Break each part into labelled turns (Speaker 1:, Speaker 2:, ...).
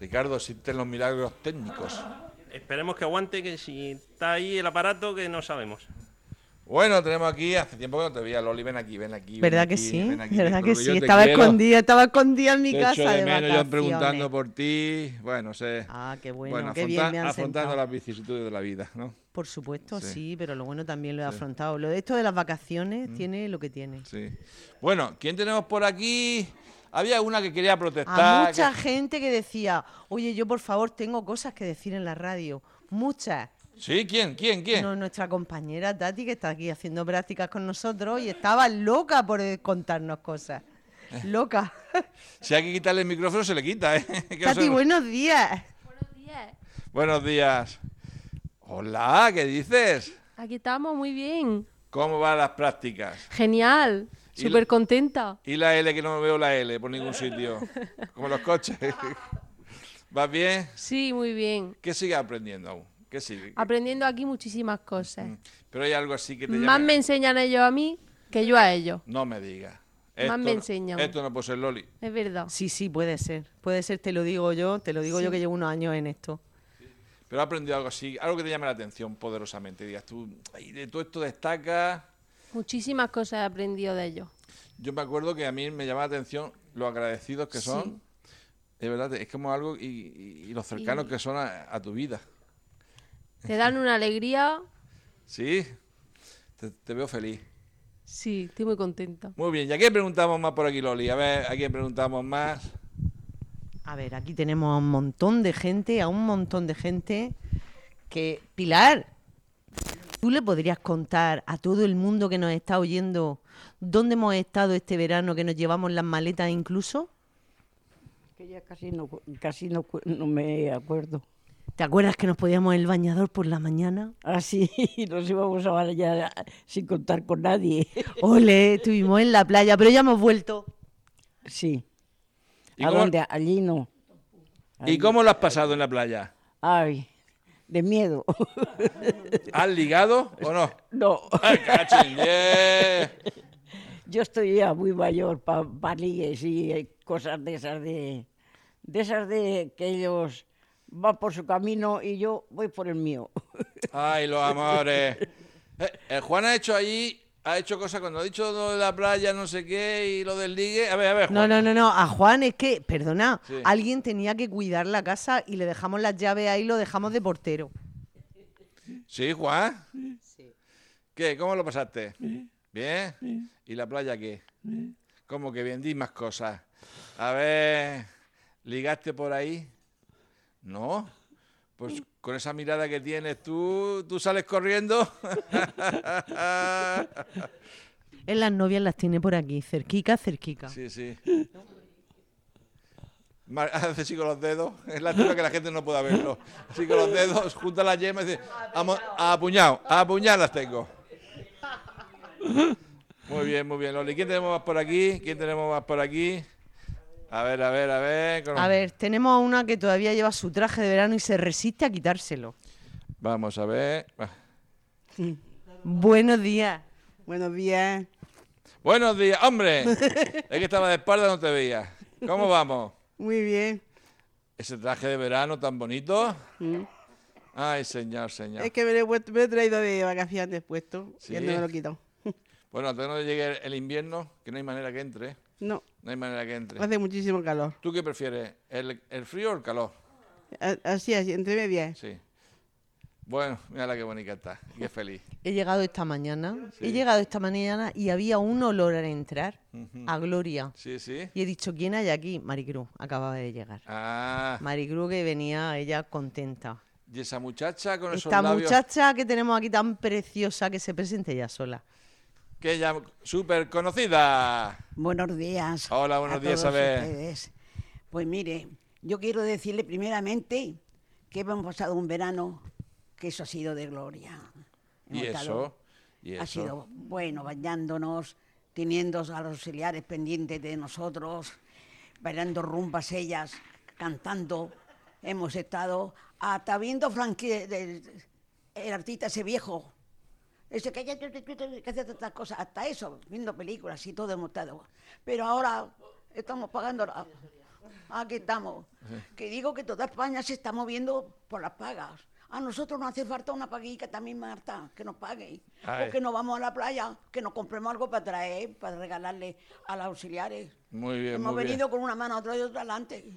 Speaker 1: Ricardo, existen los milagros técnicos.
Speaker 2: Esperemos que aguante, que si está ahí el aparato, que no sabemos.
Speaker 1: Bueno, tenemos aquí, hace tiempo que no te veía, Loli, ven aquí, ven aquí.
Speaker 3: ¿Verdad
Speaker 1: ven
Speaker 3: que
Speaker 1: aquí,
Speaker 3: sí?
Speaker 1: ven aquí,
Speaker 3: ¿Verdad
Speaker 1: creo
Speaker 3: que
Speaker 1: yo
Speaker 3: sí?
Speaker 1: te
Speaker 3: Estaba
Speaker 1: quiero.
Speaker 3: escondida, estaba escondida en mi
Speaker 1: Te echo
Speaker 3: casa
Speaker 1: de
Speaker 3: de,
Speaker 1: menos, yo
Speaker 3: vacaciones.
Speaker 1: preguntando por ti, bueno, sé.
Speaker 3: Ah, qué bueno, qué bien me han
Speaker 1: afrontando
Speaker 3: sentado.
Speaker 1: las vicisitudes de la vida, ¿no?
Speaker 3: Por supuesto,
Speaker 1: Sí.
Speaker 3: sí. pero lo bueno también lo he afrontado. Lo de esto de las vacaciones
Speaker 1: Mm.
Speaker 3: tiene lo que tiene.
Speaker 1: Sí. Bueno, ¿quién tenemos por aquí? Había una que quería protestar.
Speaker 3: A Ah, mucha
Speaker 1: que-
Speaker 3: gente que decía, oye, yo por favor tengo cosas que decir en la radio. Muchas.
Speaker 1: Sí, ¿quién? ¿Quién? ¿Quién?
Speaker 3: No, nuestra compañera Tati, que está aquí haciendo prácticas con nosotros y estaba loca por eh, contarnos cosas. Loca.
Speaker 1: Si Eh. hay que quitarle el micrófono, se le quita, ¿eh? Que no
Speaker 3: Tati,
Speaker 1: se-
Speaker 3: buenos días.
Speaker 4: Buenos días.
Speaker 1: Buenos días. Hola, ¿qué dices?
Speaker 4: Aquí estamos muy bien.
Speaker 1: ¿Cómo van las prácticas?
Speaker 4: Genial.
Speaker 1: Y
Speaker 4: Súper
Speaker 1: la-
Speaker 4: contenta.
Speaker 1: Y la L, que no veo la L por ningún sitio. Como los coches. ¿Vas bien?
Speaker 4: Sí, muy bien.
Speaker 1: ¿Qué sigue aprendiendo aún? ¿Qué sigue?
Speaker 4: Aprendiendo aquí muchísimas cosas.
Speaker 1: Pero hay algo así que te
Speaker 4: Más
Speaker 1: llame-
Speaker 4: me enseñan ellos a mí que yo a ellos.
Speaker 1: No me digas.
Speaker 4: Más
Speaker 1: Esto
Speaker 4: me
Speaker 1: no-
Speaker 4: enseñan.
Speaker 1: Esto no puede ser Loli.
Speaker 4: Es verdad.
Speaker 3: Sí, sí, puede ser. Puede ser, te lo digo yo, te lo digo yo que llevo unos años en esto.
Speaker 1: Pero ha aprendido algo así, algo que te llame la atención poderosamente. Digas tú, "Ay, de todo esto destaca.
Speaker 4: Muchísimas cosas he aprendido de ellos.
Speaker 1: Yo me acuerdo que a mí me llama la atención lo agradecidos que son. De verdad, es como algo y, y- y los cercanos
Speaker 4: Y-
Speaker 1: que son a, a tu vida.
Speaker 4: Te dan una alegría.
Speaker 1: Sí, te, te veo feliz.
Speaker 4: Sí, estoy muy contenta.
Speaker 1: Muy bien, ¿y a quién preguntamos más por aquí, Loli? A ver, ¿a quién preguntamos más?
Speaker 3: A ver, aquí tenemos a un montón de gente, a un montón de gente que... Pilar, ¿tú le podrías contar a todo el mundo que nos está oyendo dónde hemos estado este verano, que nos llevamos las maletas incluso?
Speaker 5: Que ya casi no, casi no, cu- no me acuerdo.
Speaker 3: ¿Te acuerdas que nos podíamos el bañador por la mañana?
Speaker 5: Así Ah, nos íbamos a bañar ah, sin contar con nadie.
Speaker 3: Ole, estuvimos en la playa, pero ya hemos vuelto.
Speaker 5: Sí.
Speaker 1: ¿Y
Speaker 5: ¿A
Speaker 1: cómo-
Speaker 5: dónde? Allí no.
Speaker 1: ¿Y cómo lo has pasado en la playa?
Speaker 5: Ay, de miedo.
Speaker 1: ¿Has ligado o no? ¡Eh!
Speaker 5: no,
Speaker 1: ¡Ay, cachín, yeah!
Speaker 5: yo estoy ya muy mayor para ligues y eh, cosas de esas de... De esas de que ellos van por su camino y yo voy por el mío.
Speaker 1: ¡Ay, los amores! Eh, eh, Juan ha hecho ahí, ha hecho cosas cuando ha dicho lo de la playa, no sé qué, y lo del ligue. A ver, a ver,
Speaker 3: No,
Speaker 1: Juan.
Speaker 3: no, no, no. A Juan es que, perdona,
Speaker 1: Sí.
Speaker 3: alguien tenía que cuidar la casa y le dejamos las llaves ahí, lo dejamos de portero.
Speaker 1: ¿Sí, Juan? ¿Qué? ¿Cómo lo pasaste? ¿Bien? ¿Y la playa qué? ¿Cómo que bien? Di más cosas. A ver, ¿ligaste por ahí? ¿No? Pues con esa mirada que tienes tú, tú sales corriendo.
Speaker 3: Él las novias las tiene por aquí, cerquica, cerquica.
Speaker 1: sí, sí. Ma- Hace así con los dedos. Es la que la gente no pueda verlo. Así con los dedos, junta las yemas y dice, "Amo- a apuñado, a apuñado las tengo. Muy bien, muy bien, Loli. ¿Quién tenemos más por aquí? ¿Quién tenemos más por aquí? A ver, a ver, a ver. con-
Speaker 3: A ver, tenemos a una que todavía lleva su traje de verano y se resiste a quitárselo.
Speaker 1: Vamos a ver.
Speaker 3: Buenos días.
Speaker 6: Buenos días.
Speaker 1: Buenos días, hombre. Es que estaba de espalda, no te veía. ¿Cómo vamos?
Speaker 6: Muy bien.
Speaker 1: Ese traje de verano tan bonito.
Speaker 3: Mm.
Speaker 1: Ay, señor, señor.
Speaker 6: Es que me lo he, puesto- me lo he traído de vacaciones puesto.
Speaker 1: Sí.
Speaker 6: Ya no me lo quito.
Speaker 1: Bueno, hasta que no llegue el invierno, que no hay manera que entre. ¿eh?
Speaker 6: No,
Speaker 1: No hay manera que entre.
Speaker 6: hace muchísimo calor.
Speaker 1: ¿Tú qué prefieres? ¿El, el frío o el calor?
Speaker 6: A- Así, así, entre medias.
Speaker 1: Sí. Bueno, mira la que bonita está. Qué feliz.
Speaker 3: He llegado esta mañana, he llegado esta mañana y había un olor al entrar a Gloria.
Speaker 1: Sí, sí.
Speaker 3: Y he dicho, ¿quién hay aquí? Maricruz, acababa de llegar.
Speaker 1: Ah,
Speaker 3: Maricruz que venía ella contenta.
Speaker 1: y esa muchacha con esos
Speaker 3: Esta
Speaker 1: labios.
Speaker 3: muchacha que tenemos aquí tan preciosa que se presente ya sola.
Speaker 1: Que ya súper conocida.
Speaker 7: Buenos días.
Speaker 1: Hola, buenos días,
Speaker 7: todos
Speaker 1: Abel.
Speaker 7: ustedes. Pues mire, yo quiero decirle primeramente que hemos pasado un verano que eso ha sido de gloria.
Speaker 1: Y
Speaker 7: Hemos estado-
Speaker 1: eso, y
Speaker 7: ha
Speaker 1: eso.
Speaker 7: sido bueno, bañándonos, teniendo a los auxiliares pendientes de nosotros, bailando rumbas ellas, cantando. Hemos estado hasta viendo franqui- el, el artista ese viejo. Ese que, que hace tantas cosas, hasta eso, viendo películas y todo hemos estado. Pero ahora estamos pagando. la- Aquí estamos. Que digo que toda España se está moviendo por las pagas. A nosotros nos hace falta una paguica también, Marta, que nos pague.
Speaker 1: Ay.
Speaker 7: O que nos vamos a la playa, que nos compremos algo para traer, para regalarle a los auxiliares.
Speaker 1: Muy bien,
Speaker 7: Hemos
Speaker 1: muy bien.
Speaker 7: venido con una mano atrás y otra adelante.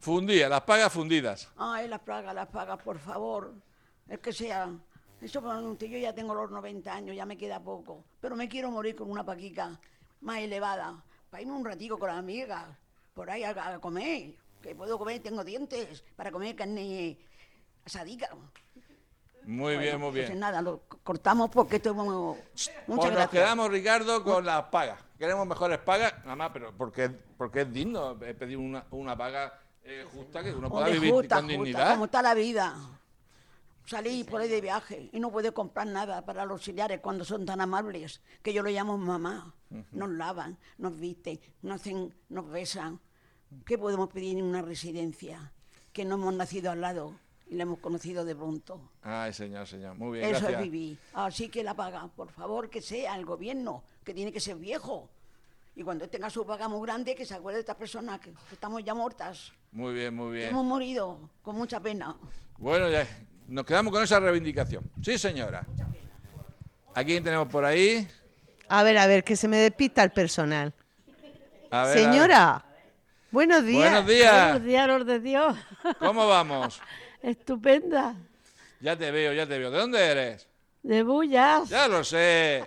Speaker 1: Fundía, las pagas fundidas.
Speaker 7: Ay, las pagas, las pagas, por favor. Es que sea. Eso para un tío, yo ya tengo los 90 años, ya me queda poco. Pero me quiero morir con una paquica más elevada. Para irme un ratico con las amigas, por ahí a, a comer. Que puedo comer, tengo dientes para comer carne asadica.
Speaker 1: Muy
Speaker 7: Bueno,
Speaker 1: bien, muy
Speaker 7: pues
Speaker 1: bien.
Speaker 7: nada, lo c- cortamos porque esto es como-
Speaker 1: Pues
Speaker 7: Muchas
Speaker 1: nos
Speaker 7: gracias.
Speaker 1: quedamos, Ricardo, con las pagas. Queremos mejores pagas, nada más, pero porque, porque es digno eh, pedir una, una paga eh, justa que uno pueda
Speaker 7: Hombre,
Speaker 1: vivir
Speaker 7: justa,
Speaker 1: con
Speaker 7: justa,
Speaker 1: dignidad.
Speaker 7: como está la vida. Salí por ahí de viaje y no puede comprar nada para los auxiliares cuando son tan amables, que yo lo llamo mamá. Nos lavan, nos visten, nos, hacen, nos besan. ¿Qué podemos pedir en una residencia? Que no hemos nacido al lado y la hemos conocido de pronto.
Speaker 1: Ay, señor, señor. Muy bien,
Speaker 7: Eso
Speaker 1: gracias.
Speaker 7: es vivir. Así que la paga, por favor, que sea el gobierno, que tiene que ser viejo. Y cuando tenga su paga muy grande, que se acuerde de estas personas que estamos ya muertas.
Speaker 1: Muy bien, muy bien.
Speaker 7: Hemos morido con mucha pena.
Speaker 1: Bueno, ya nos quedamos con esa reivindicación. Sí, señora. ¿A quién tenemos por ahí?
Speaker 3: A ver, a ver, que se me despista el personal.
Speaker 1: A ver, a ver.
Speaker 3: Señora, buenos días.
Speaker 1: Buenos días.
Speaker 8: Buenos días, los de Dios.
Speaker 1: ¿Cómo vamos?
Speaker 8: Estupenda.
Speaker 1: Ya te veo, ya te veo. ¿De dónde eres?
Speaker 8: De bullas.
Speaker 1: Ya lo sé.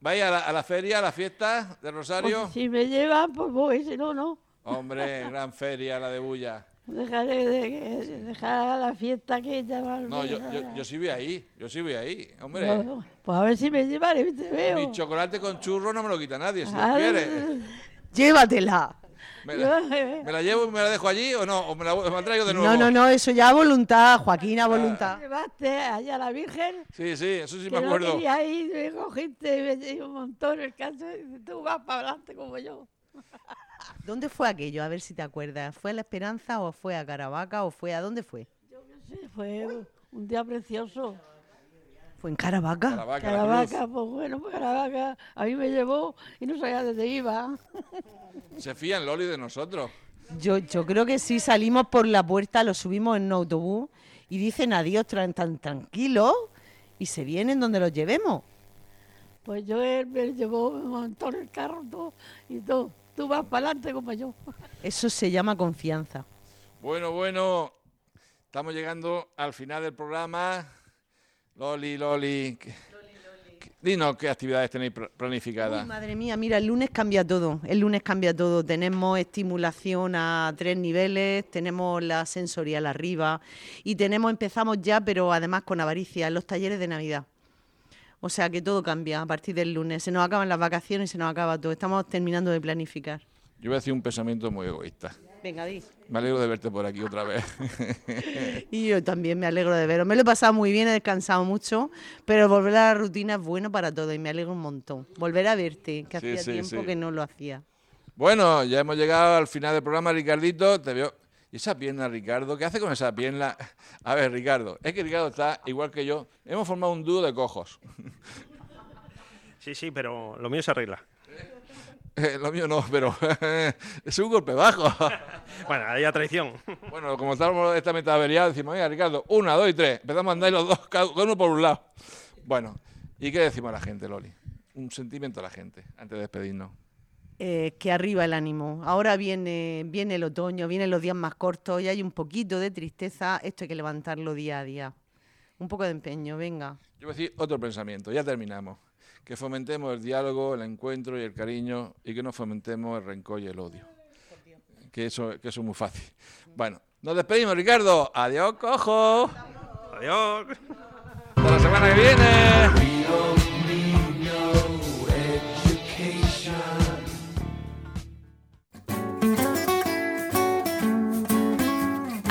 Speaker 1: ¿Vais a la, a la feria, a la fiesta de Rosario?
Speaker 8: Pues, si me llevan, pues voy, si no, no.
Speaker 1: Hombre, gran feria la de Bulla.
Speaker 8: Dejaré de, de- dejar la fiesta que llaman.
Speaker 1: No, yo, yo, yo sí voy ahí, yo sí voy ahí, hombre.
Speaker 8: Pues a ver si me llevan y te veo.
Speaker 1: Mi chocolate con churro no me lo quita nadie, si lo
Speaker 8: Ah,
Speaker 1: quiere.
Speaker 3: Llévatela.
Speaker 1: ¿Me la,
Speaker 8: eh,
Speaker 1: me la llevo y me la dejo allí o no? ¿O me la, me la traigo de nuevo?
Speaker 3: No, no, no, eso ya a voluntad, Joaquín, a
Speaker 8: Ah,
Speaker 3: voluntad.
Speaker 8: Llevaste allá a la Virgen.
Speaker 1: Sí, sí, eso sí
Speaker 8: que
Speaker 1: me
Speaker 8: no
Speaker 1: acuerdo.
Speaker 8: quería ir, me cogiste y me di un montón el caso. y dices, Tú vas para adelante como yo.
Speaker 3: ¿Dónde fue aquello? A ver si te acuerdas. ¿Fue a La Esperanza o fue a Caravaca o fue a dónde fue?
Speaker 8: Sí, fue un- un día precioso.
Speaker 3: ¿Fue en Caravaca?
Speaker 1: Caravaca, la cruz.
Speaker 8: Caravaca, pues bueno, pues Caravaca. A mí me llevó y no sabía dónde iba.
Speaker 1: Se fían Loli de nosotros.
Speaker 3: Yo, yo creo que sí, salimos por la puerta, lo subimos en un autobús y dicen adiós tran- tan tranquilos y se vienen donde los llevemos.
Speaker 8: Pues yo él me llevó, me montó en el carro todo, y todo. Tú vas para adelante como yo.
Speaker 3: Eso se llama confianza.
Speaker 1: Bueno, bueno, estamos llegando al final del programa. Loli, Loli. que- que- Dinos qué actividades tenéis pr-
Speaker 3: Uy,
Speaker 1: planificadas.
Speaker 3: madre mía, mira, el lunes cambia todo. El lunes cambia todo. Tenemos estimulación a tres niveles, tenemos la sensorial arriba y tenemos, empezamos ya, pero además con avaricia, los talleres de Navidad. O sea que todo cambia a partir del lunes. Se nos acaban las vacaciones, se nos acaba todo. Estamos terminando de planificar.
Speaker 1: Yo voy a hacer un pensamiento muy egoísta.
Speaker 3: Venga, di.
Speaker 1: Me alegro de verte por aquí otra vez.
Speaker 3: Y yo también me alegro de veros. Me lo he pasado muy bien, he descansado mucho, pero volver a la rutina es bueno para todo y me alegro un montón. Volver a verte, que
Speaker 1: Sí,
Speaker 3: hacía
Speaker 1: sí,
Speaker 3: tiempo
Speaker 1: sí.
Speaker 3: que no lo hacía.
Speaker 1: bueno, ya hemos llegado al final del programa, Ricardito. Te veo. ¿Y esa pierna, Ricardo? ¿Qué hace con esa pierna? A ver, Ricardo, es que Ricardo está igual que yo. Hemos formado un dúo de cojos.
Speaker 2: Sí, sí, pero lo mío se arregla.
Speaker 1: Eh, Lo mío no, pero es un golpe bajo.
Speaker 2: Bueno, ahí a traición.
Speaker 1: Bueno, como estamos esta meta averiada, decimos, venga, Ricardo, una, dos y tres. Empezamos a andar los dos, cada uno por un lado. Bueno, ¿y qué decimos a la gente, Loli? Un sentimiento a la gente, antes de despedirnos.
Speaker 3: Eh, que arriba el ánimo. Ahora viene, viene el otoño, vienen los días más cortos y hay un poquito de tristeza. Esto hay que levantarlo día a día. Un poco de empeño, venga.
Speaker 1: Yo voy a decir otro pensamiento, ya terminamos. Que fomentemos el diálogo, el encuentro y el cariño y que no fomentemos el rencor y el odio. Que eso, que eso es muy fácil. Bueno, nos despedimos, Ricardo. Adiós, cojo.
Speaker 2: Adiós.
Speaker 1: Hasta la semana que viene.